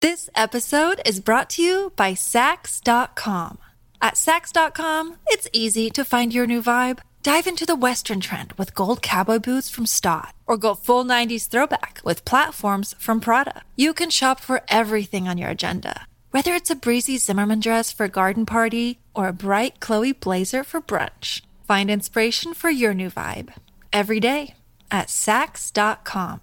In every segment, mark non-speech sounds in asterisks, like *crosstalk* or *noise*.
This episode is brought to you by Sax.com. At Sax.com, it's easy to find your new vibe. Dive into the Western trend with gold cowboy boots from Stott, or go full 90s throwback with platforms from Prada. You can shop for everything on your agenda, whether it's a breezy Zimmerman dress for a garden party or a bright Chloe blazer for brunch. Find inspiration for your new vibe every day at Sax.com.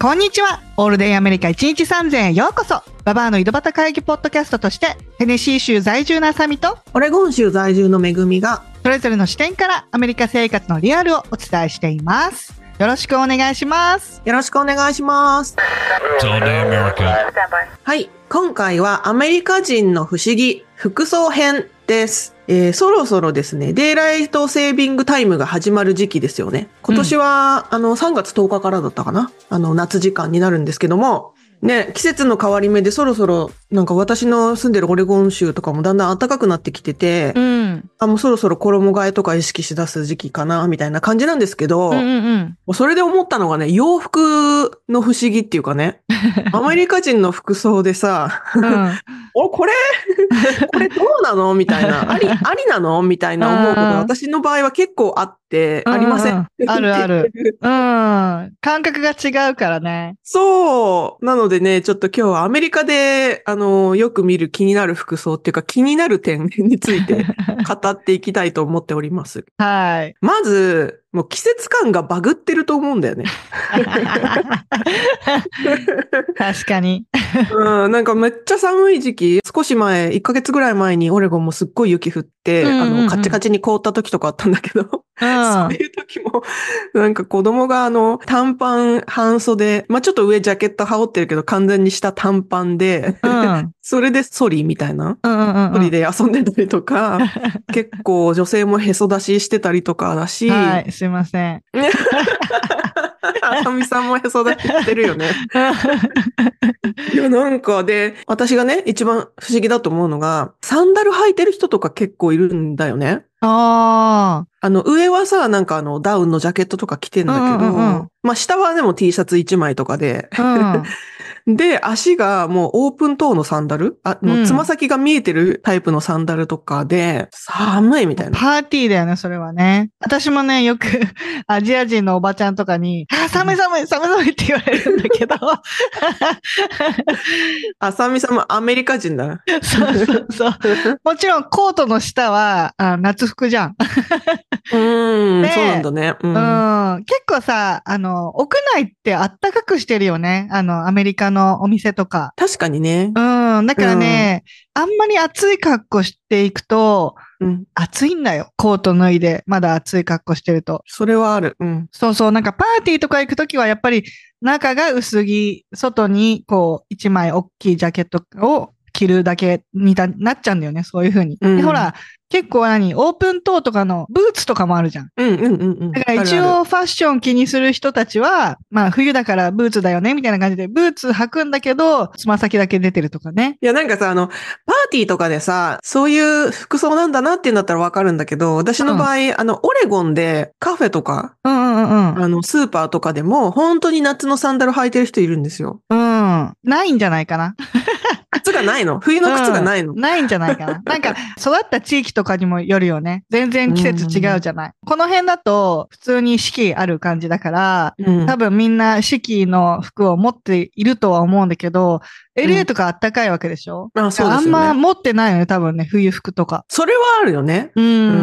こんにちは。オールデイアメリカ1日3000へようこそ。ババアの井戸端会議ポッドキャストとして、テネシー州在住のあさみと、オレゴン州在住のめぐみが、それぞれの視点からアメリカ生活のリアルをお伝えしています。よろしくお願いします。よろしくお願いします。 It's all day America. はい。今回はアメリカ人の不思議、服装編です。えーそろそろですね、デイライトセービングタイムが始まる時期ですよね。今年は、あの、3月10日からだったかなあの、夏時間になるんですけども、ね、季節の変わり目でそろそろ、なんか私の住んでるオレゴン州とかもだんだん暖かくなってきてて、ん。あ、もうそろそろ衣替えとか意識しだす時期かな、みたいな感じなんですけど、うんそれで思ったのがね、洋服の不思議っていう *laughs* かね、アメリカ人の服装でさ、うん。 *laughs* お、これ、これどうなのみたいな、あり、ありなのみたいな思うことうんが私の場合は結構あって、ありませ。うんうあるあ *laughs* る。うん。感覚が違うからね。そう。なのでね、ちょっと今日はアメリカで、あの、よく見る気になる服装っていうか気になる点につい *laughs* て語っていきたいと思っております。 *laughs* はい。まず、もう季節感がバグってると思うんだよ *laughs* ね。確かに。うん、なんかめっちゃ寒い時期、少し前、1ヶ月ぐらい前にオレゴンもすっごい雪降って、うんうんうんあの、カチカチに凍った時とかあったんだけど、うそういう時も、なんか子供があの、短パン、半袖、まあ、ちょっと上ジャケット羽織ってるけど、完全に下短パンで、うん。それでソリみたいな。うん *laughs* うんソうリん。で遊んでたりとか、結構女性もへそ出ししてたりとかだし、はい。すいません。 *laughs* あさみさんもへそ出ししてる *laughs* よね。いや、なんか、で、私がね、一番不思議だと思うのが、サンダル履いてる人とか結構いるんだよね。ああの、上はさ、なんかあの、ダウンのジャケットとか着てんだけど、うんうんうんまあ、下はでも T シャツ1枚とかで、あ。うん。で、足がもうオープントーのサンダルあうんの、つま先が見えてるタイプのサンダルとかで、寒いみたいな。パーティーだよね、それはね。私もね、よく *laughs* アジア人のおばちゃんとかに、あ、寒い寒い寒い寒いって言われるんだけ *laughs* ど。あさみさんもアメリカ人だ *laughs* な。そうそうそう。もちろんコートの下はあ夏服じゃん。うん、ねえそうなんだね。うん。うん。結構さ、あの、屋内ってあったかくしてるよね。あの、アメリカのお店とか。確かにね。うん。だからね、あんまり暑い格好していくと、うん。暑いんだよ。コート脱いで、まだ暑い格好してると。それはある。うん。そうそう、なんかパーティーとか行くときはやっぱり中が薄着、外にこう一枚大きいジャケットを着るだけにななっちゃうんだよね、そういう風に。うんでほら、結構何、オープントーとかのブーツとかもあるじゃん。うんうんうんうん。だからある一ある応ファッション気にする人たちは、まあ冬だからブーツだよね、みたいな感じでブーツ履くんだけど、つま先だけ出てるとかね。いや、なんかさ、あの、パーティーとかでさ、そういう服装なんだなっていうんだったらわかるんだけど、私の場合、あの、オレゴンでカフェとか、うんうんうんうん。あの、スーパーとかでも、本当に夏のサンダル履いてる人いるんですよ。うん。ないんじゃないかな。靴がない *laughs* の冬の靴がないの、うんないんじゃないか *laughs* な。なんか、育った地域とかにもよるよね。全然季節違うじゃない。この辺だと、普通に四季ある感じだから、うん多分みんな四季の服を持っているとは思うんだけど、う LA んとかあったかいわけでしょ、あ、そうであすんよね。ま持ってないよね、多分ね、冬服とか。それはあるよね。うん。うんうんう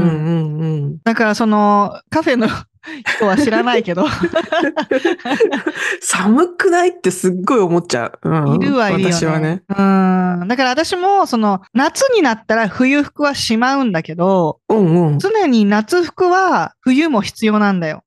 ん。だから、その、カフェの *laughs* 人は知らないけど、寒くないってすっごい思っちゃう。う *laughs* ん、いるはいるよね。私はね。うん。だから私も、その、夏になったら冬服はしまうんだけど、うんうん。常に夏服は冬も必要なんだよ。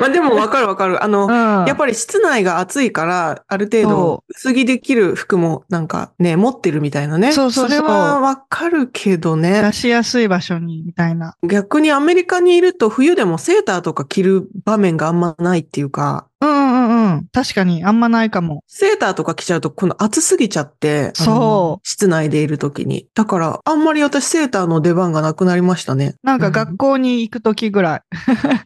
まあでもわかるわかる。あの、やっぱり室内が暑いから、ある程そ度薄着できる服もなんかね、持ってるみたいなね。そうそうそうれはわかるけどね出。しやすい場所に、みたいな。逆にアメリカにいると冬でもセーターとか着る場面があんまないっていうか、うんうんうんうん。確かに、あんまないかも。セーターとか着ちゃうとこの暑すぎちゃって、あのそう室内でいる時に。だからあんまり私セーターの出番がなくなりましたね。なんかう学校に行くときぐらい。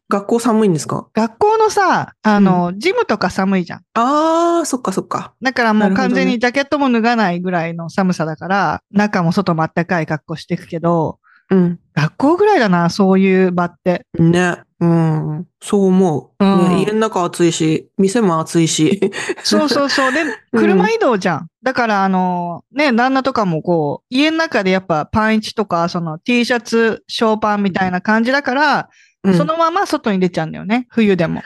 学校寒いんですか学校のさ、あの、ジムとか寒いじゃん。あー、そっかそっか。だからもなうるほどね完全にジャケットも脱がないぐらいの寒さだから、中も外もあったかい格好していくけど、うん。学校ぐらいだな、そういう場って。ね。うん。そう思う。うんね、家の中暑いし、店も暑いし。そうそうそう。で、うん車移動じゃん。だから、あの、ね、旦那とかもこう、家の中でやっぱパンイチとか、その T シャツ、ショーパンみたいな感じだから、うんそのまま外に出ちゃうんだよね、冬で *laughs* も。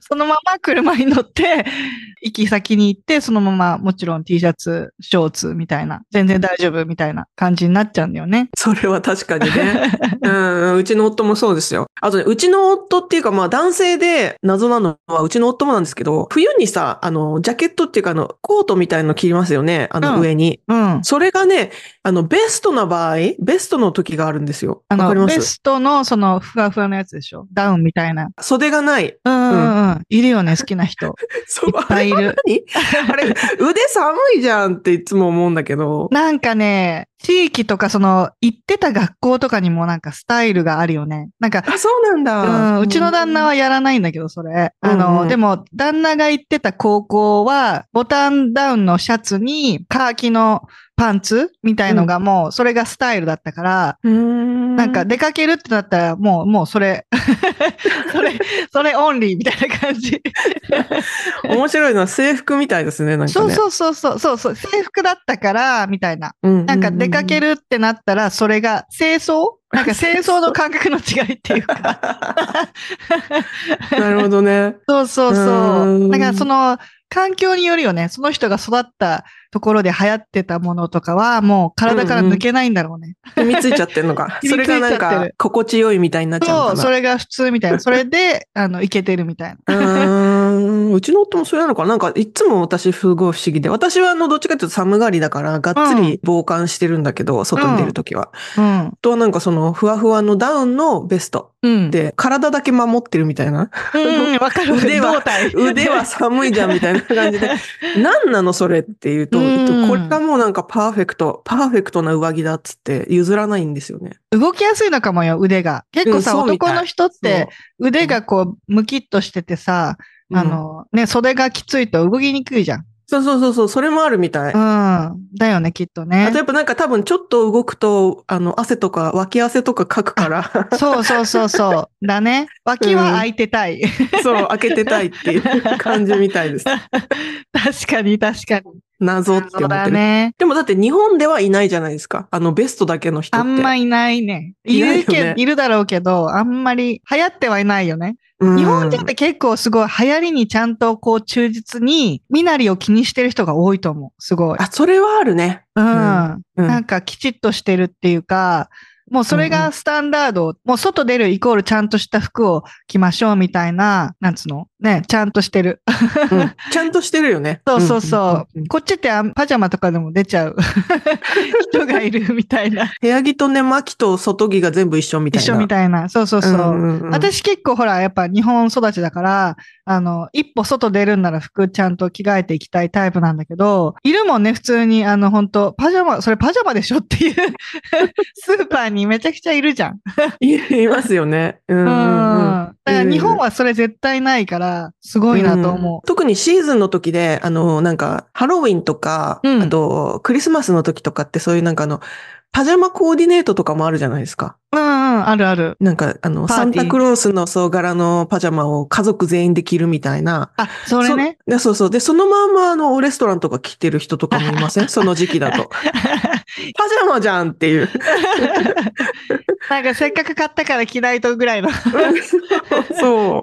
そのまま車に乗って、行き先に行って、そのままもちろん T シャツ、ショーツみたいな、全然大丈夫みたいな感じになっちゃうんだよね。それは確かにね。うん、うちの夫もそうですよ。あとね、うちの夫っていうか、まあ男性で謎なのは、うちの夫もなんですけど、冬にさ、あの、ジャケットっていうか、あの、コートみたいの着りますよね。あうんの、上に。 *laughs* うん。それがね、あの、ベストな場合、ベストの時があるんですよ。あわかりの、まベすストのそのふわふわのやつでしょダウンみたいな。袖がない。うんうんうん。いるよね、好きな人。いっそう、あぱいれいる。何 *laughs* あれ、腕寒いじゃんっていつも思うんだけど。 *laughs* なんかね、地域とかその、行ってた学校とかにもなんかスタイルがあるよね。なんか、あ、そうなんうだ。ん、うちの旦那はやらないんだけど、それ。あうんうの、んでも、旦那が行ってた高校は、ボタンダウンのシャツに、カーキのパンツみたいのがもう、それがスタイルだったから、うん、なんか出かけるってなったら、もう、もうそれ、それ、それオンリーみたいな感じ。面白いのは制服みたいですね、なんかね。そうそうそうそう、そうそう、制服だったから、みたいな。うん。なんか出かける。るってなったら、それが清 *laughs* 掃なんか清掃の感覚の違いっていうか。なるほ *laughs* どね。そうそうそううう。んだからその環境によるよね。その人が育ったところで流行ってたものとかは、もう体から抜けないんだろうね。染みついちゃってるのか。染みそれついちゃがってるなんか、心地よいみたいになっちゃうそのう、かそな。れが普通みたいな。それ *laughs* で、あの、いけてるみたいな。うーんうちの夫もそれなのかななんか、いつも私、すごい不思議で。私は、あの、どっちかっていうと寒がりだから、がっつり防寒してるんだけど、外に出るときは。うん。とはなんか、その、ふわふわのダウンのベスト。うん。で、体だけ守ってるみたいな。うんうん、わかる。腕は胴体腕は寒いじゃんみたいな *laughs* 感じで、何なのそれっていうと、うんえっとこれがもうなんかパーフェクト、パーフェクトな上着だっつって譲らないんですよね。 *laughs* 動きやすいのかもよ、腕が。結構さ、うんそうみたい男の人って腕がこう、ムキッとしててさ、うんあの、ね、袖がきついと動きにくいじゃん。そうそうそうそう、それもあるみたい。うん。だよね、きっとねあと。やっぱなんか多分ちょっと動くと、あの、汗とか脇汗とかかく *laughs* から、そうそうそう *laughs* そう。だね。脇は開いてたい。 *laughs* そう、開けてたいっていう感じみたいです。確かに、確かに。謎ってそう思っだてる。ね。でもだって日本ではいないじゃないですか。あの、ベストだけの人っあて。んまいないね。いいないよねるけど、いるだろうけど、あんまり流行ってはいないよね。うん日本人って結構すごい流行りにちゃんとこう忠実に、身なりを気にしてる人が多いと思う。すごい。あ、それはあるね。うん。う *laughs* んなんかきちっとしてるっていうか、もうそれがスタンダード、もう外出るイコールちゃんとした服を着ましょうみたいな、なんつうのね、ちゃんとしてる。うんちゃんとしてるよね。そうそうそう。んんんこっちってあんパジャマとかでも出ちゃう *laughs* 人がいるみたいな。部屋着とね、巻きと外着が全部一緒みたい一な。緒みたいな。そうそうそう。んんん、私結構ほら、やっぱ日本育ちだから、あの、一歩外出るんなら服ちゃんと着替えていきたいタイプなんだけど、いるもんね、普通に、あの、本当パジャマ、それパジャマでしょっていう、 *laughs* スーパーにめちゃくちゃいるじゃん。 *laughs* いいますよね。うんうう。んうんだんから日本はそれ絶対ないから、すごいなと思特にシーズンの時で、あの、なんか、ハロウィンとか、うんあと、クリスマスの時とかってそういうなんかあの、パジャマコーディネートとかもあるじゃないですか。う。うんうん、あるある。なんか、あの、パサーンティータクロースの総柄のパジャマを家族全員で着るみたいな。あ、それね。そでそうそう。で、そのまんま、あの、レストランとか着てる人とかもいませんその時期 *laughs* だと。パジャマじゃんっていう。なんかせっかく買ったから着ないとぐらいの。そう。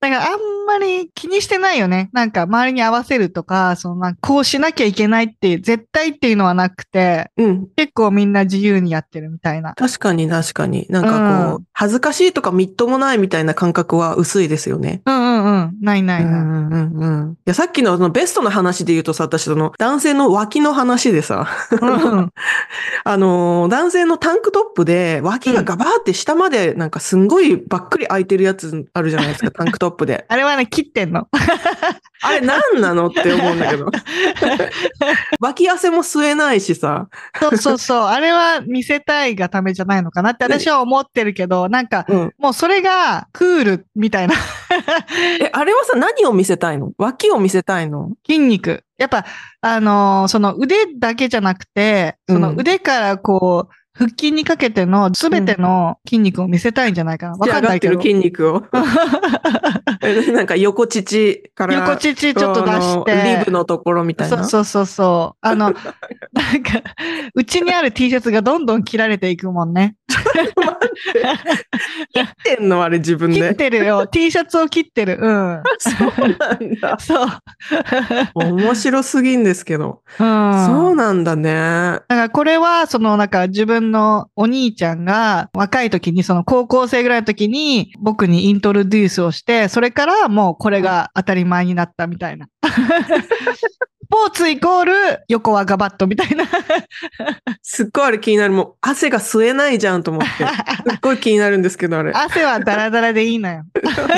だからあんまり気にしてないよね。なんか周りに合わせるとか、そのなんかこうしなきゃいけないっていう、絶対っていうのはなくて、うん。結構みんな自由にやってるみたいな。確かに確かに。なんかこう、う恥ずかしいとかみっともないみたいな感覚は薄いですよね。うんうんうん。ないないない。うんうんうんいや、さっきのそのベストの話で言うとさ、私その男性の脇の話でさ、 *laughs* うんあのー男性のタンクトップで脇がガバーって下までなんかすんごいばっくり開いてるやつあるじゃないですか、タンクトップで。あれはね、切ってんの。あれ何なのって思うんだけど。 *laughs* 脇汗も吸えないしさ。そうそうそう。あれは見せたいがためじゃないのかなって私は思ってるけど、なんか、うん。もうそれがクールみたいなえ、あれはさ、何を見せたいの脇を見せたいの筋肉。やっぱ、あのーその腕だけじゃなくて、そのうん腕からこう、腹筋にかけての全ての筋肉を見せたいんじゃないかな。わ仕か上んがなっいてけるど。筋肉を。え *laughs* なんか横乳から。横乳ちょっと出してあのリブのところみたいそうな。そうそうそう。あの、なんか、うちにある T シャツがどんどん切られていくもんね。切ってんのあれ自分切っで。てるよ。T シャツを切ってる。うん。 *laughs* そうなんだ。そう。面白すぎんですけど。そそうなんだね。だからこれは、そのなんか自分のお兄ちゃんが若い時に、その高校生ぐらいの時に僕にイントロデュースをして、それからもうこれが当たり前になったみた *laughs* いな。スポーツイコール横はガバッとみたいな。すっごいあれ気になる。もう汗が吸えないじゃんと思って。すっごい気になるんですけど、あれ。汗はダラダラでいいのよ。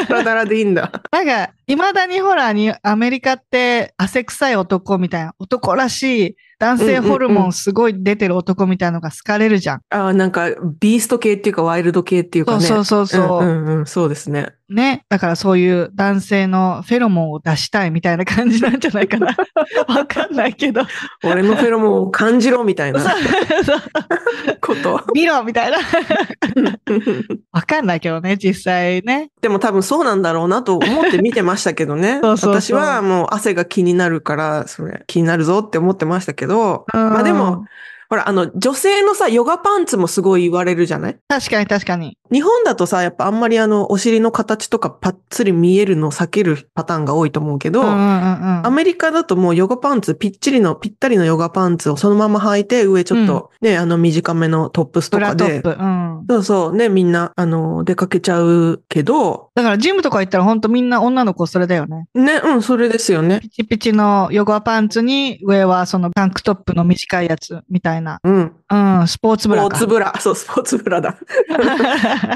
ダラダラでいいんだ。なんか、未だにほらに、アメリカって汗臭い男みたいな、男らしい、男性ホルモンすごい出てる男みたいのが好かれるじゃん。あーなんか、ビースト系っていうか、ワイルド系っていうかね。そうそうそうそう。んうんうん、そうですね。ね。だからそういう男性のフェロモンを出したいみたいな感じなんじゃないかな。 *laughs* わかんないけど。俺のフェロモンを感じろみたいなそうこと。見ろみたいな。わかんないけどね、実際ね。でも多分そうなんだろうなと思って見てましたけどね。 *laughs* そうそうそう私はもう汗が気になるから、それ気になるぞって思ってましたけど、うんまあでも、、ほら、あの、女性のさ、ヨガパンツもすごい言われるじゃない確かに確かに。日本だとさ、やっぱあんまりあの、お尻の形とかパッツリ見えるのを避けるパターンが多いと思うけど、うんうんうんアメリカだともうヨガパンツ、ぴっちりの、ぴったりのヨガパンツをそのまま履いて、上ちょっとね、あの短めのトップスとブかラトでップ。、うん。そうそう、ね、みんな、あの、出かけちゃうけど、だからジムとか行ったらほんとみんな女の子それだよね。ね、うん、それですよね。ピチピチのヨガパンツに上はそのタンクトップの短いやつみたいな。うん。うん、スポーツスポブラーだ。ツブラ。そう、スポーツブラだ。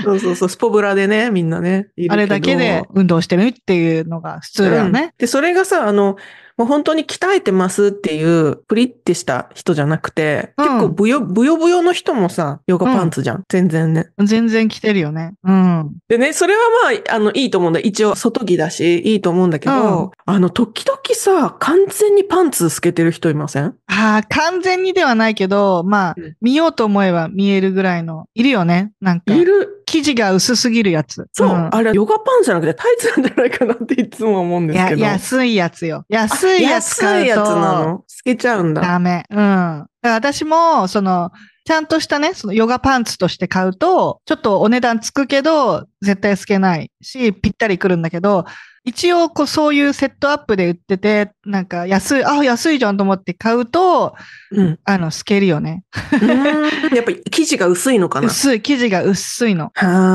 そうそうそう、スポブラでね、みんなね。いるけど *laughs* あれだけで運動してるっていうのが普通だようんね。で、それがさ、あの、もう本当に鍛えてますっていう、プリってした人じゃなくて、うん結構ブヨ、ブヨブヨの人もさ、ヨガパンツじゃん。全然ね。全然着てるよね。うん。でね、それはまあ、あの、いいと思うんだ。一応、外着だし、いいと思うんだけど、うんあの、時々さ、完全にパンツ透けてる人いませんああ、完全にではないけど、まあ、うん見ようと思えば見えるぐらいの、いるよね。なんか、いる。生地が薄すぎるやつ。そう、んあれ、ヨガパンツじゃなくてタイツなんじゃないかなっていつも思うんいですやけど。安いやつよ。安いやつ安買いうやつなとの透けちゃうんだ。ダメ。うん。だから私も、その、ちゃんとしたね、そのヨガパンツとして買うと、ちょっとお値段つくけど、絶対透けないし、ぴったりくるんだけど、一応、こう、そういうセットアップで売ってて、なんか安い、あ、安いじゃんと思って買うと、うん。あの、透けるよね。うーんやっぱり生地が薄い *laughs* のかな。薄い、生地が薄いの。うは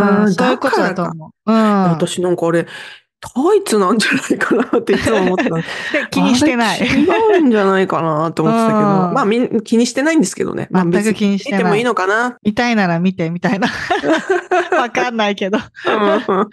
あ、んそういうことだからとか。思う。うん。私なんかあれ、タイツなんじゃないかなっていつも思ってた。で *laughs* 気にしてないあ。れ違うんじゃないかなと思ってたけど。うんまあみん、気にしてないんですけどね。まあ、全く気にし見てない。てもいいのかな。見たいなら見て、みた *laughs* いな。わかんないけど。うん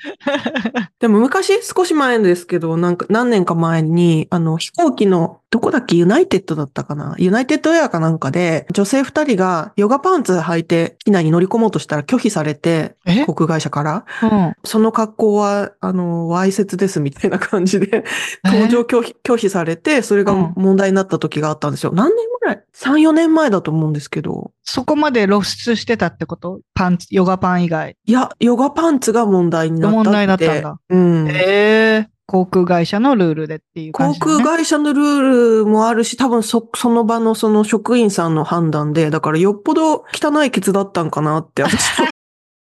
でも昔、少し前ですけど、なんか何年か前に、あの、飛行機の、どこだっけユナイテッドだったかなユナイテッドエアかなんかで、女性二人がヨガパンツ履いて機内に乗り込もうとしたら拒否されて、え航空会社から。うん。その格好は、あの、わいせつですみたいな感じで、登場拒否拒否されて、それがうん問題になった時があったんですよ。何年ぐらい ?3、4年前だと思うんですけど。そこまで露出してたってことパンツ、ヨガパン以外。いや、ヨガパンツが問題になったって。問題になったんだ。うん。ええ。航空会社のルールでっていう感航じだね。空会社のルールもあるし、多分そ、その場のその職員さんの判断で、だからよっぽど汚いケツだったんかなって私は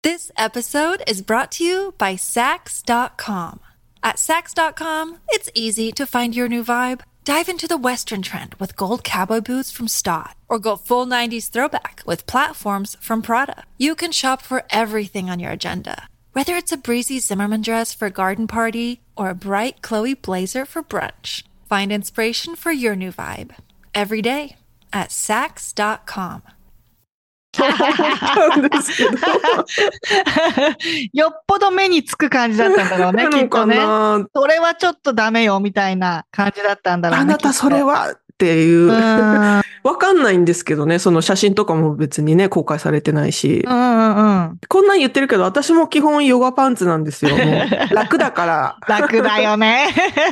This episode is brought to you by Sax.com. At Sax.com, it's easy to find your new vibe. Dive into the Western trend with gold cowboy boots from Stott, or go full 90s throwback with platforms from Prada. You can shop for everything on your agenda, whether it's a breezy Zimmerman dress for a garden party or a bright Chloe blazer for brunch. Find inspiration for your new vibe every day at Sax.com. なんですけど。 *laughs* よっぽど目につく感じだったんだろう *laughs* ね、なきのっとかね。な、それはちょっとダメよ、みたいな感じだったんだろうね。あなたそれは。はっていう。うわん。うんかんないんですけどね。その写真とかも別にね、公開されてないし。うんうん。こんなん言ってるけど、私も基本ヨガパンツなんですよ。もう楽だから。楽だよ *laughs* ね。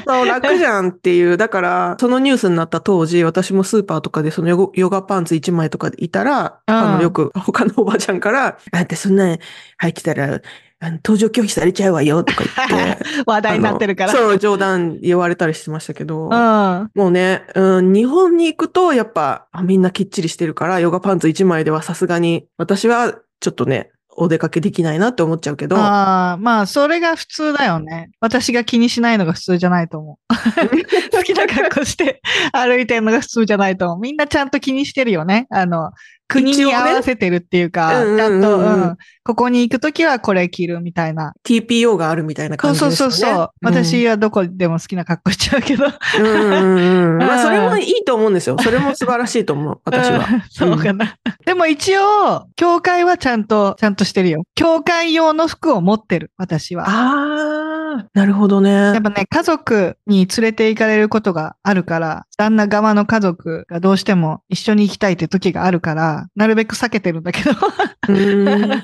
そう、楽じゃんっていう。だから、そのニュースになった当時、私もスーパーとかでそのヨゴヨガパンツ1枚とかでいたら、うんあの、よく他のおばちゃんから、あんたそんなん入ってたら、あの登場拒否されちゃうわよとか言 *laughs* って。話題になってるかあのそう、冗談言われたりしてましたけど。ら。うん。もうね、うん、日本に行くと、やっぱあみんなきっちりしてるから、ヨガパンツ1枚ではさすがに、私はちょっとね、お出かけできないなって思っちゃうけど、ああ、まあ、それが普通だよね。私が気にしないのが普通じゃないと思 *laughs* う。好きな格好して歩いてるのが普通じゃないと思う。みんなちゃんと気にしてるよね。あの、国に合わせてるっていうか、一応ねちゃんと、うんうんうんうんうんここに行くときはこれ着るみたいな。 TPO があるみたいなそ感うじそでうすそようね。そう。私はどこでも好きな格好しちゃうけど。うん。うんうんうんまうあ、んそれもいいと思うんですよ。それも素晴らしいと思う、私は。うん *laughs* そうかな。でも一応、教会はちゃんと、ちゃんとしてるよ。教会用の服を持ってる、私は。ああ、なるほどね。やっぱね、家族に連れて行かれることがあるから、旦那側の家族がどうしても一緒に行きたいって時があるから、なるべく避けてるんだけど、 *laughs* うん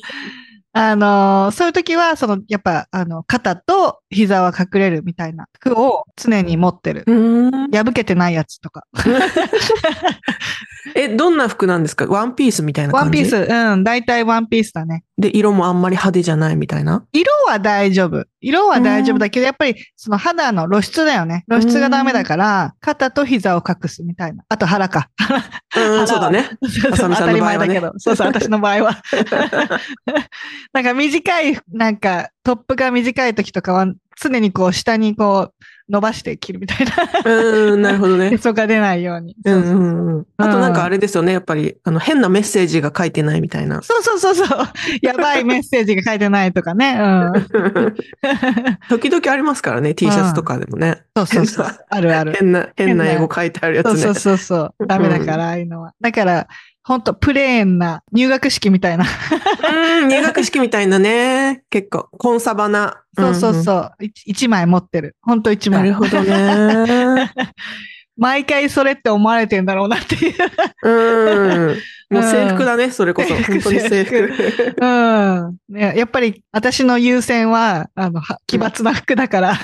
あのーそういう時は、その、やっぱ、あの、肩と膝は隠れるみたいな服を常に持ってる。うん破けてないやつとか。え、どんな服なんですかワンピースみたいなワン感じピース、うん、大体ワンピースだね。で、色もあんまり派手じゃないみたいな。色は大丈夫。色は大丈夫だけど、やっぱりその肌の露出だよね。露出がダメだから、肩と膝を隠すみたいな。あと腹か。うん、そうだね。そうあそさうみ当さたんりの場合前はだね *laughs* けど。そうそう、私の場合は。 *laughs* なんか短い、なんかトップが短い時とかは、常にこう下にこう伸ばして切るみたいな。うん、なるほどねへ。そが出ないように。うそんうそううんうん。あとなんかあれですよね、やっぱり、あの、変なメッセージが書いてないみた *laughs* いな。そうそうそうそう。やばいメッセージが書いてないとかね。 *laughs* うん。時々ありますからね、T シャツとかでもね。そうそうそう。あるある。変な、変な英語書いてあるやそうつそねう。そうそう。ダメだから、ああいうのは。だから、ほんとプレーンな入学式みたいな。うん、入学式みたいなね。結構、コンサバな。そうそううんうんそう。い一枚持ってる。ほんと一な枚る。ほ *laughs* どね。毎回それって思われてんだろうなっていう。うん。もう制服だね、それこそ。制服本当に制制服。うん。ね、やっぱり私の優先は、あの、は奇抜な服だから。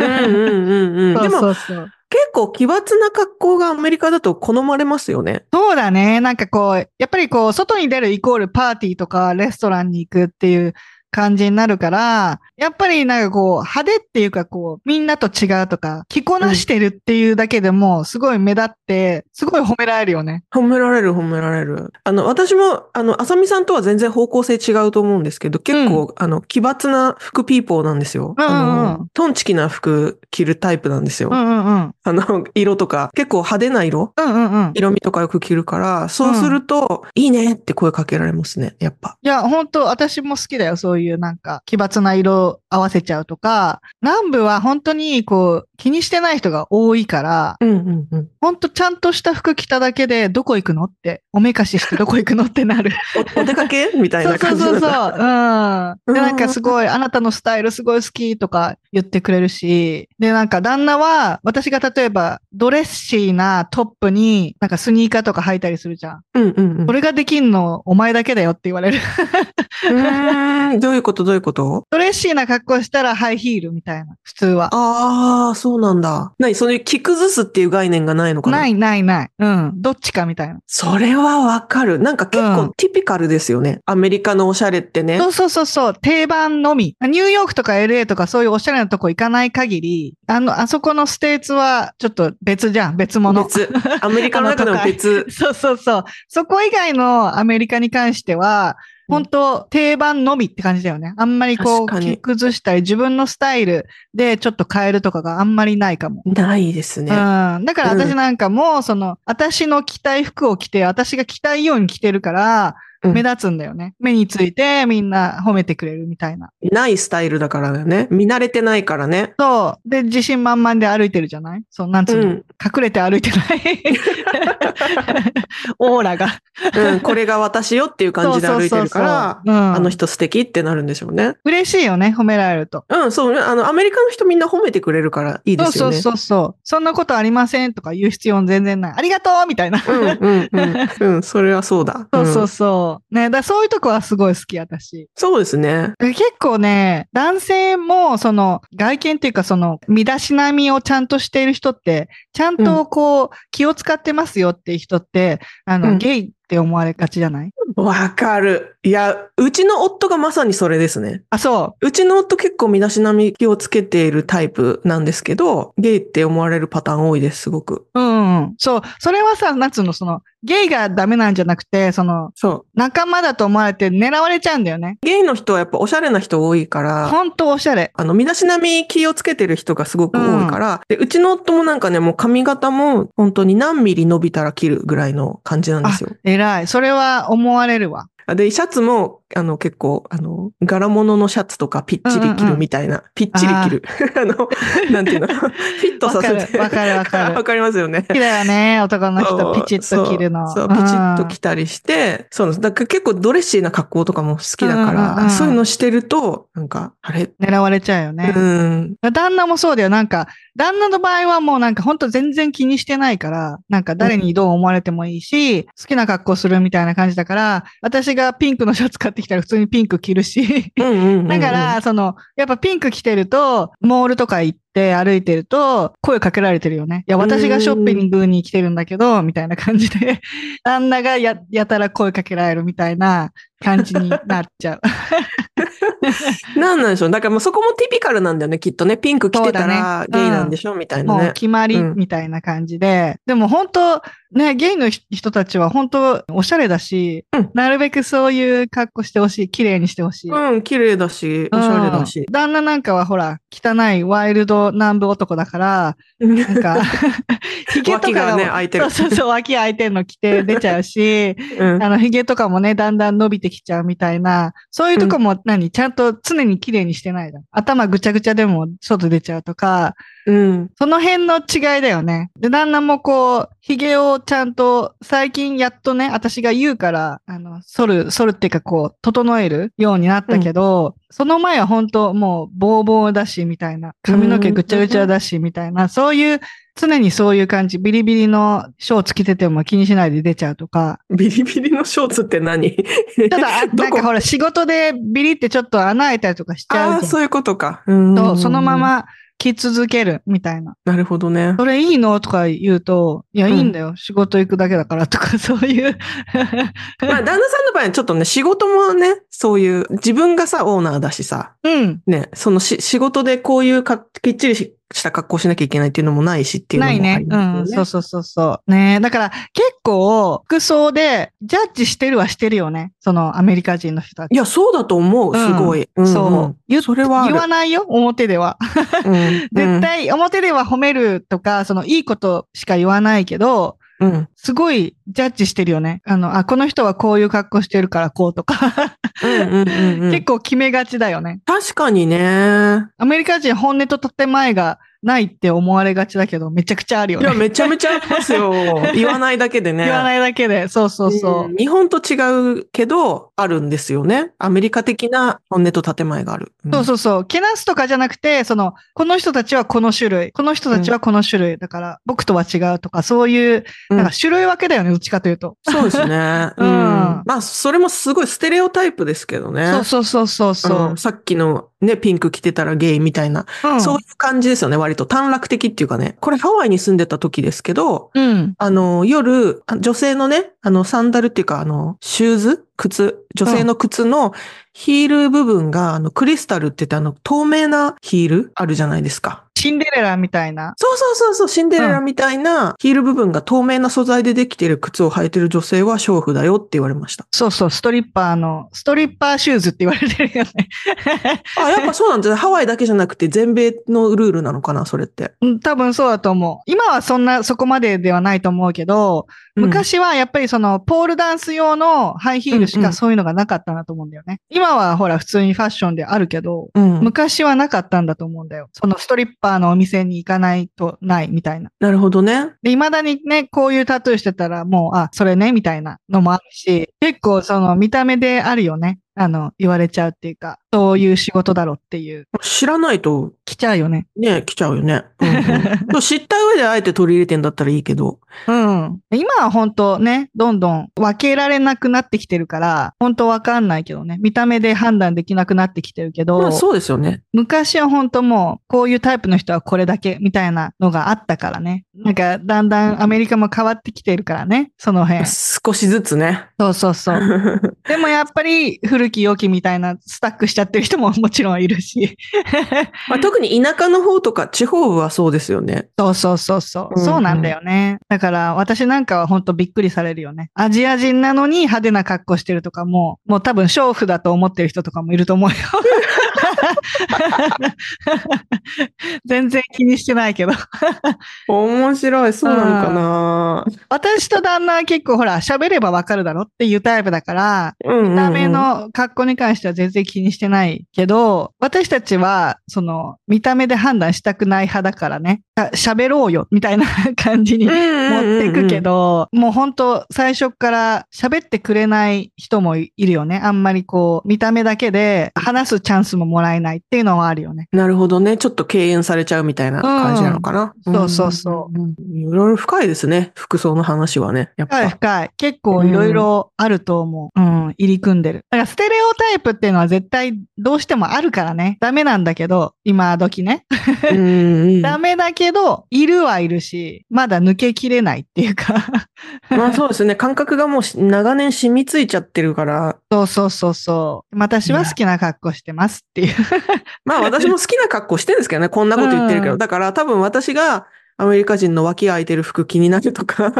うんうんうんうん。そでうも、そうそう。結構奇抜な格好がアメリカだと好まれますよね。そうだね。なんかこう、やっぱりこう、外に出るイコールパーティーとかレストランに行くっていう感じになるから、やっぱりなんかこう、派手っていうかこう、みんなと違うとか、着こなしてるっていうだけでも、すごい目立って、すごい褒められるよね。褒められる、褒められる。あの、私も、あの、あさみさんとは全然方向性違うと思うんですけど、結構、あの、奇抜な服ピーポーなんですよ。うんうんうんあの、トンチキな服着るタイプなんですよ。うんうんうん。あの、色とか、結構派手な色うんうんうん。色味とかよく着るから、そうすると、いいねって声かけられますね、やっぱ。いや、本当私も好きだよ。そういうなんか、奇抜な色を合わせちゃうとか、南部は本当にこう、気にしてない人が多いから、うんうんうん。本当ちゃんとした服着ただけで、どこ行くのって、おめかししてどこ行くのってなる。おお出かけみたいそうなそ感うじそうそう。なんだうん。で、なんかすごい、あなたのスタイルすごい好きとか言ってくれるし、で、なんか旦那は、私が例えば、ドレッシーなトップに、なんかスニーカーとか履いたりするじゃん。うんうんうんそ。れができんの、お前だけだよって言われる。 *laughs* うーんどういうことどういうことドレッシーな格好したらハイヒールみたいな、普通は。ああ、そうなんだ。何そういう着崩すっていう概念がないのかな。ないいないない。うん。どっちかみたいな。それはわかる。なんか結う構んティピカルですよね。アメリカのおしゃれってね。そうそうそうそう。定番のみ。ニューヨークとか LA とかそういうおしゃれなとこ行かない限り、あの、あそこのステーツはちょっと別じゃん。別物。別。アメリカの中でも別。そうそうそう。そこ以外のアメリカに関しては、本当定番のみって感じだよね。あんまりこ確う、かに着崩したり、自分のスタイルでちょっと変えるとかがあんまりないかも。ないですうね。ん。だからうん私なんかも、その、私の着たい服を着て、私が着たいように着てるから、うん目立つんだよね。目についてみんな褒めてくれるみたいな。ないスタイルだからだよね。見慣れてないからね。そう。で、自信満々で歩いてるじゃないそう、なんつううの、ん。隠れて歩い *laughs* てないオーラが。うん。これが私よっていう感じで歩いてるから、そうそうそうそううんあの人素敵ってなるんでしょうね。嬉しいよね、褒められると。うん、そうね。あの、アメリカの人みんな褒めてくれるからいいですそようね。そうそうそう。そんなことありませんとか言う必要全然ない。ありがとうみたいな。うん、うん、うん。うん、それはそうだ。 *laughs* そうんそうそう。ね、だからそういうとこはすごい好き、私。そうですね。で結構ね、男性も、その、外見っていうか、その、身だしなみをちゃんとしている人って、ちゃんとこう、気を使ってますよっていう人って、あの、うんゲイって思われがちじゃないわかる。いや、うちの夫がまさにそれですね。あ、そうちの夫結構身だしなみ気をつけているタイプなんですけど、ゲイって思われるパターン多いです、すごく。う。うん、うん。そう。それはさ、なんつうの、その、ゲイがダメなんじゃなくて、その、そう。仲間だと思われて狙われちゃうんだよね。ゲイの人はやっぱおしゃれな人多いから、ほんとおしゃれ。あの、身だしなみ気をつけてる人がすごく多いから、うで、うちの夫もなんかね、もう髪型も本当に何ミリ伸びたら切るぐらいの感じなんですよ。偉い。それは思われるわ。で、シャツも、あの、結構、あの、柄物のシャツとかぴっちり着るみたいな、ぴっちり着る。 *laughs* あの、なん *laughs* ていうの、フィットわさかせるて。わかるわ *laughs* かる。わ好かりますよね。きだよね、男の人、ピチッと着るの。そう、そうピチッとうん着たりして、そうなんです。だから結構ドレッシーな格好とかも好きだかうんうんうんら、そういうのしてると、なんか、あれ、狙われちゃうよね。うん、旦那もそうだよ。なんか、旦那の場合はもうなんかほんと全然気にしてないから、なんか誰にどう思われてもいいし、好きな格好するみたいな感じだから、私がピンクのシャツ買ってきたら普通にピンク着るし。うんうんうんうんだから、、その、やっぱピンク着てると、モールとか行って歩いてると、声かけられてるよね。いや、私がショッピングに来てるんだけど、みたいな感じで、 *laughs* 旦那がや、やたら声かけられるみたいな感じになっ *laughs* ちゃう。なんなんでしょう。だからもうそこもティピカルなんだよね、きっとね。ピンク着てたらそうだねゲイなんでしょ、みたいなもうね。決まりうんみたいな感じで、でも本当、ね、ゲイの人たちは本当おしゃれだし、うんなるべくそういう格好してほしい、綺麗にしてほしい。うん、綺麗だし、おしゃれだしうん。旦那なんかはほら、汚いワイルド南部男だから、なんか、 *laughs* 髭とか脇がね開いてるそうそうそう、脇開いてんの着て出ちゃうし、うんあの、髭とかもね、だんだん伸びてきちゃうみたいな、そういうとこも何、ちゃんと常に綺麗にしてないじゃん。頭ぐちゃぐちゃでも外出ちゃうとか、うん。その辺の違いだよね。で、旦那もこう、髭をちゃんと、最近やっとね、私が言うから、あの、剃る、剃るっていうかこう、整えるようになったけど、その前は本当もう、ボーボーだし、みたいな。髪の毛ぐちゃぐちゃだし、みたいな。そういう、常にそういう感じ。ビリビリのショーツ着てても気にしないで出ちゃうとか。ビリビリのショーツって何ただ、あ *laughs* どなんこかほら、仕事でビリってちょっと穴開いたりとかしちゃあうあ、じゃそういうことか。んとと、そのま。ま着続ける、みたいな。なるほ *laughs* どね。それいいのとか言うと、いや、ういんいんだよ。仕事行くだけだからとか、 *laughs* そういう。まあ、旦那さんの場合はちょっとね、仕事もね、そういう、自分がさ、オーナーだしさ、うん。ね、そのし、仕事でこういうか、きっちりした格好しなきゃいけないっていうのもないしっていうのなもあいりますねよ。うね。ん。そうそうそうそう。ねだから、結構、服装で、ジャッジしてるはしてるよね。その、アメリカ人の人たち。いや、そうだと思うう、んすごい。んんそう言っそれはある言わないよ、表では。うん *laughs* 絶対、表では褒めるとか、その、いいことしか言わないけど、うんうんすごいジャッジしてるよね。あの、あ、この人はこういう格好してるからこうとか、うんうんうん *laughs* う結ん構決めがちだよね。確かにね。アメリカ人本音と建前がないって思われがちだけど、めちゃくちゃあるよいね。や、めちゃめちゃありますよ。 *laughs* 言わないだけでね。言わないだけで、そうそうそう。ん日本と違うけど、あるんですよね。アメリカ的な本音と建前がある。そうそうそう。けなすとかじゃなくて、その、この人たちはこの種類、この人たちはこの種類、だから、僕とは違うとか、そういう、うんなんか種類分けだよね、どっちかというと。うんそうですね。 *laughs* うんまあ、それもすごいステレオタイプですけどね。そうそうそうそうそう。うんさっきのね、ピンク着てたらゲイみたいな、うんそういう感じですよね、割と。短絡的っていうかね。これハワイに住んでた時ですけど、うん。あの、夜、あ女性のね、あの、サンダルっていうか、あの、シューズ靴女性の靴のヒール部分が、あの、クリスタルって言って、あの、透明なヒールあるじゃないですか。シンデレラみたいな。そうそうそうそう、シンデレラみたいなヒール部分が透明な素材でできている靴を履いてる女性は娼婦だよって言われました。そうそう、ストリッパーの、ストリッパーシューズって言われてるよね。あ、やっぱそうなんですハワイだけじゃなくて全米のルールなのかな、それって。うん多分そうだと思う。今はそんな、そこまでではないと思うけど、うん、昔はやっぱりその、ポールダンス用のハイヒールしうんうかんそういうのがなかったなと思うんだよね。今はほら、普通にファッションであるけど、うん。昔はなかったんだと思うんだよ。そのストリッパーのお店に行かないとないみたいな。なるほどね。で、未だにね、こういうタトゥーしてたらもう、あ、それね、みたいなのもあるし、結構その見た目であるよね。あの、言われちゃうっていうか、そういう仕事だろっていう。知らないと、来ちゃうよね。ね、来ちゃうよね。う *laughs* んうんでも知った上であえて取り入れてんだったらいいけど。うん。今は本当ね、どんどん分けられなくなってきてるから、本当わかんないけどね、見た目で判断できなくなってきてるけど、まあそうですよね。昔は本当もう、こういうタイプの人はこれだけみたいなのがあったからね。なんか、だんだんアメリカも変わってきてるからね、その辺。少しずつね。 *laughs* そうそうそう。でもやっぱり古き良きみたいなスタックしちゃってる人ももちろんいるし。まあ、特に田舎の方とか地方部はそうですよね。そうそうそうそう。うんうんそうなんだよね。だから私なんかは本当びっくりされるよね。アジア人なのに派手な格好してるとかも、もう多分娼婦だと思ってる人とかもいると *laughs* 思うよ。全然気にしてないけど。面白い。そうなのかな。私と旦那は結構ほら喋ればわかるだろっていうタイプだから、うん見た目。の格好に関しては全然気にしてないけど、私たちは、その、見た目で判断したくない派だからね、あ喋ろうよ、みたいな感じに持っていくけ。ど、もう本当最初から喋ってくれない人もいるよね。あんまりこう、見た目だけで話すチャンスももらえないっていうのはあるよね。なるほどね。ちょっと敬遠されちゃうみたいな感じなのかな。うんそうそうそうん。いろいろ深いですね。服装の話はね。やっぱ。深い深い。結構いろいろあると思う。うん、入り組んでる。だからステレオタイプっていうのは絶対どうしてもあるからね。ダメなんだけど、今時ね。うんうんダメだけど、いるはいるし、まだ抜けきれないっていうか。 *laughs* まあそうですね。感覚がもうし長年染みついちゃってるから。そうそうそうそう。私は好きな格好してますっていう。まあ私も好きな格好してるんですけどね。こんなこと言ってるけうど。んだから多分私がアメリカ人の脇空いてる服気になる *laughs* とか、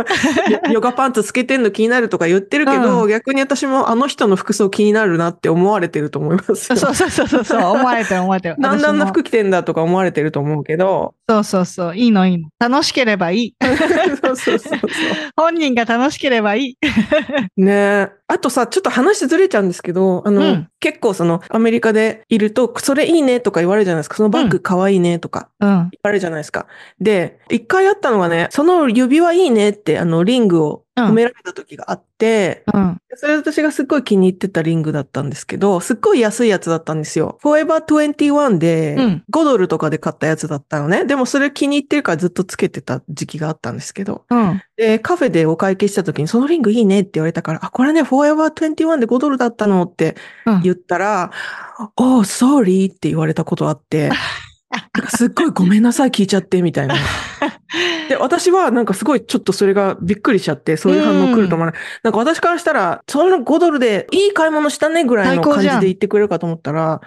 ヨヨガパンツつけてんの気になるとか言ってるけど、う逆に私もあの人の服装気になるなって思われてると思いますそよ。うそうそうそうそう。思われてる思われてる。なんだんな私も服着てんだとか思われてると思うけど。そうそうそう。いいのいいの。楽しければい *laughs* い。 *laughs* そうそうそうそう。本人が楽しければいい。ねえ。あとさ、ちょっと話ずれちゃうんですけど、あの、うん結構そのアメリカでいると、それいいねとか言われるじゃないですか。そのバッグかわいいねとかうん。言われるじゃないですか。で、一回あったのがね、その指輪いいねって、あの、リングをうん褒められた時があって、うん。それ私がすっごい気に入ってたリングだったんですけど、すっごい安いやつだったんですよ。Forever 21で、うん。 5ドルとかで買ったやつだったのね。でもそれ気に入ってるからずっとつけてた時期があったんですけど。うん。で、カフェでお会計した時に、そのリングいいねって言われたから、あ、これね、フォーエバー21で5ドルだったのってうん言ったら、お h sorry って言われたことあって、なんかすっごいごめんなさい聞いちゃって、みたいな。で、私はなんかすごいちょっとそれがびっくりしちゃって、そういう反応来ると思わない。なんか私からしたら、その5ドルでいい買い物したねぐらい最の高感じじゃんで言ってくれるかと思ったら、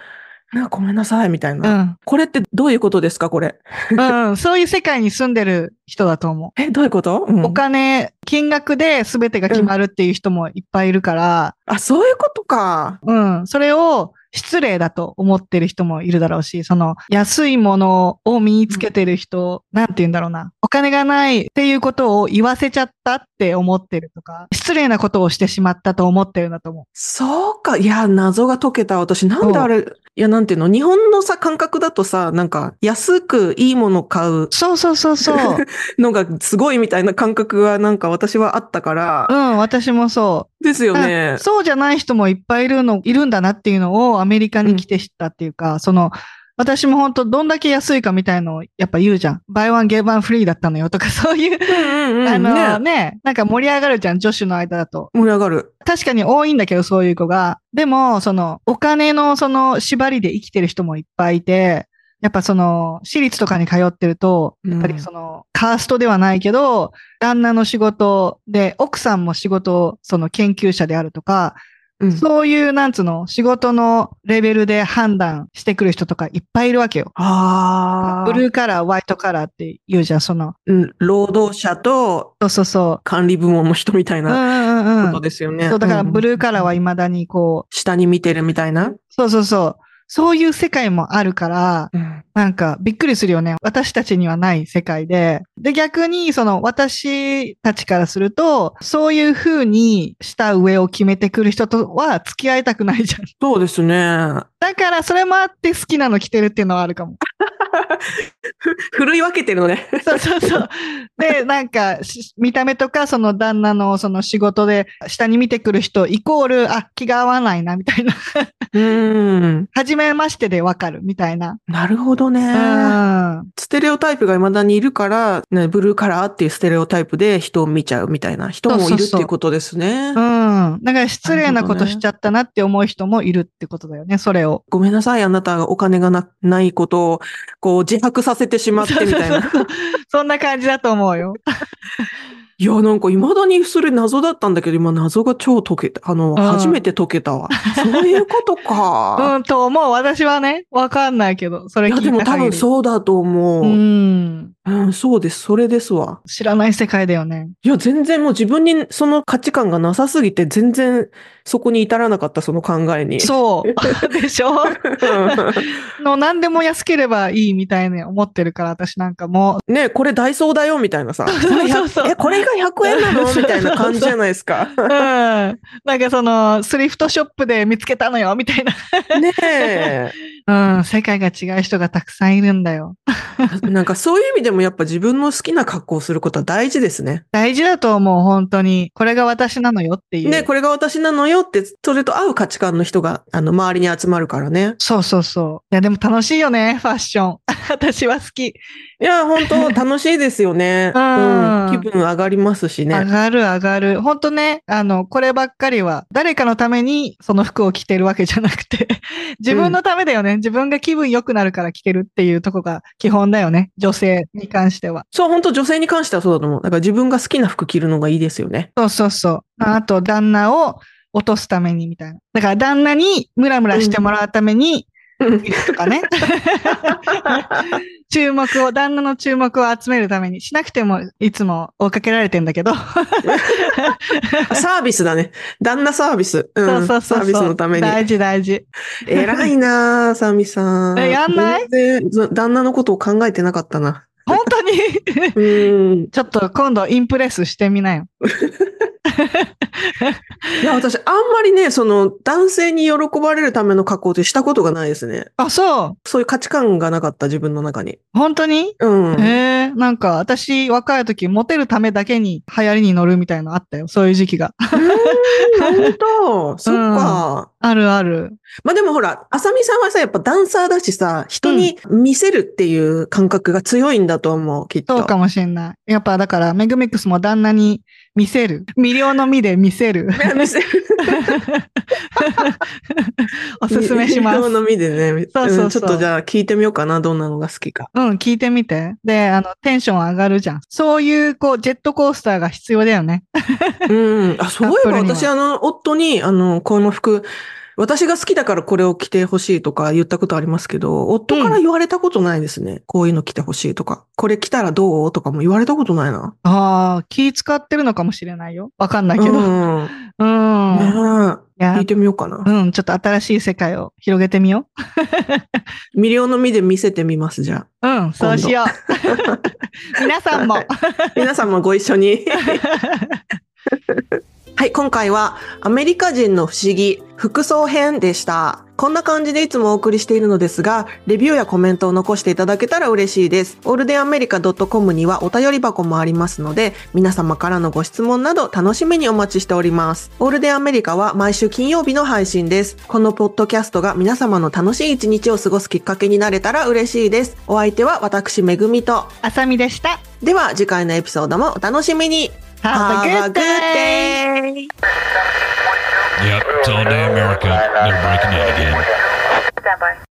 なんかごめんなさい、みたいな。うんこれってどういうことですか、これ。うん。そういう世界に住んでる人だと思う。え、どういうこと、うんお金、金額で全てが決まるっていう人もいっぱいいるから、あ、そういうことか。うん。それを失礼だと思ってる人もいるだろうし、その安いものを身につけてる人、なんて言うんだろうな。お金がないっていうことを言わせちゃったって思ってるとか、失礼なことをしてしまったと思ってるんだと思そうか。いや、謎が解けた。私、なんであれ、いや、なんていうの、日本のさ、感覚だとさ、なんか、安くいいもの買うう。そうそうそうそう。のがすごいみたいな感覚が、なんか私はあったからう、ん、私もそですよう、ねうん。そうじゃない人もいっぱいいるの、いるんだなっていうのをアメリカに来て知ったっていうか、その、私も本当どんだけ安いかみたいのをやっぱ言うじゃん。buy one get one free だったのよとか *laughs* そういううんうんうん。あのね、ね、なんか盛り上がるじゃん、女子の間だと。盛り上がる。確かに多いんだけど、そういう子が。でも、その、お金のその縛りで生きてる人もいっぱいいて、やっぱその、私立とかに通ってると、うんやっぱりその、カーストではないけど、旦那の仕事で、奥さんも仕事、その研究者であるとか、うんそういう、なんつうの、仕事のレベルで判断してくる人とかいっぱいいるわけよ。あブールーカラー、ホワイトカラーって言うじゃん、その。うん、労働者とそうそうそ。管理部門の人みたいうんうなうんうこんうとん。ですよね。そう、だからブルーカラーはうん未だにこう、下に見てるみたいな。そうそうそう。そういう世界もあるから、うんなんかびっくりするよね。私たちにはない世界で。で、逆にその私たちからすると、そういう風に下上を決めてくる人とは付き合いたくないじゃん。 *laughs* そうですね。 *laughs* だからそれもあって好きなの着てるっていうのはあるかも。ふるい分けてるのね。そうそうそう。で、なんか、し見た目とか、その旦那のその仕事で下に見てくる人、イコール、あ、気が合わないな、みたいな。 *laughs* *laughs* うん。はじめましてでわかる、みたいな。なるほどうね。ん。ステレオタイプが未だにいるから、ね、ブルーカラーっていうステレオタイプで人を見ちゃうみたいな人もいるっていうことですね。うん。だから失礼なこなるほどとねしちゃったなって思う人もいるってことだよね、それを。ごめんなさい、あなたがお金がなないことを、こう、自白させてしまってみたいそうな。そうそうそんな感じだと思うよ。いや、なんか未だにそれ謎だったんだけど、今謎が超解けた。あの、ん初めて解けたわ。そういうことか。 *laughs* うん、と思う。私はね、わかんないけど、それいや、聞いでもた多限分り。そうだと思う。う、うんん。そうです。それですわ。知らない世界だよね。いや、全然もう自分にその価値観がなさすぎて、全然そこに至らなかった、その考えに。そう。 *laughs* でしょう。の何でも安ければいいみたいに思ってるから、私なんかも。ねこれダイソーだよ、みたいなさ。 *laughs* そうそうそうえ、これが100円なのみたいな感じじゃないで *laughs* すか。うん。なんかその、スリフトショップで見つけたのよ、みたいねえ。な。うん、世界が違う人がたくさんいるんだよ。なんかそういう意味でもやっぱ自分の好きな格好をすることは大事ですね。大事だと思う、本当に。これが私なのよっていう。ね、これが私なのよって、それと合う価値観の人が、あの、周りに集まるからね。そうそうそう。いや、でも楽しいよね、ファッション。 *laughs* 私は好き。いや、本当楽しいですよね。 *laughs* うんうん気分上がりますし上ね。がる上がる。本当ね、あの、こればっかりは、誰かのためにその服を着てるわけじゃなくて、 *laughs* 自分のためだよね。自分が気分良くなるから着てるっていうとこが基本だよね。女性に関しては。そう、本当女性に関してはそうだと思う。だから自分が好きな服着るのがいいです *laughs* よね。そうそうそう。あと、旦那を落とすためにみたいな。だから、旦那にムラムラしてもらうために、とか *laughs* ね。注目を、旦那の注目を集めるために、しなくてもいつも追いかけられてんだけど。サービスだね。旦那サービス。そう、うんそうそうそう。サービスのために。大事大事。偉いなあサミさん。えやんない全然、旦那のことを考えてなかったな。本当にうん。ちょっと今度インプレスしてみなよ。いや、私、あんまりね、その、男性に喜ばれるための加工ってしたことがないですね。あ、そう。そういう価値観がなかった、自分の中に。本当にうん。えー、なんか私若い時モテるためだけに流行りに乗るみたいなのあったよ。そういう時期が。 *laughs* 本当そっか。あるある。まあでもほら、あさみさんはさ、やっぱダンサーだしさ、人に見せるっていう感覚が強いんだと思う、きっと。そうかもしれない。やっぱだからメグミックスも旦那に見せる。魅了の身で見せ *laughs* る。いや見せる。 *laughs* おすすめします。人のみでね。そうそうそうんちょっとじゃあ聞いてみようかな、どんなのが好きか。うん、聞いてみて。で、あの、テンション上がるじゃん。そういう、こう、ジェットコースターが必要だよね。うん。あ、そういえばカップルには私、あの、夫に、あの、この服、私が好きだからこれを着てほしいとか言ったことありますけど、夫から言われたことないですね。こういうの着てほしいとか。これ着たらどうとかも言われたことないな。ああ、気使ってるのかもしれないよ。わかんないけど。うん。うん。ねえいや聞い、てみようかな。うん、ちょっと新しい世界を広げてみよ魅了の身で見せてみます、じゃう。うん、そうしよう。 *laughs* 皆さん *laughs* も。あ。皆さんもご一緒に。 *laughs* はい、今回はアメリカ人の不思議服装編でした。こんな感じでいつもお送りしているのですが、レビューやコメントを残していただけたら嬉しいです。オールデンアメリカ .com にはお便り箱もありますので、皆様からのご質問など楽しみにお待ちしております。オールデンアメリカは毎週金曜日の配信です。このポッドキャストが皆様の楽しい一日を過ごすきっかけになれたら嬉しいです。お相手は私、めぐみと。あさみでした。では次回のエピソードもお楽しみに。 Have a good day! day. Yep, it's all day America. They're breaking in again. Stand by.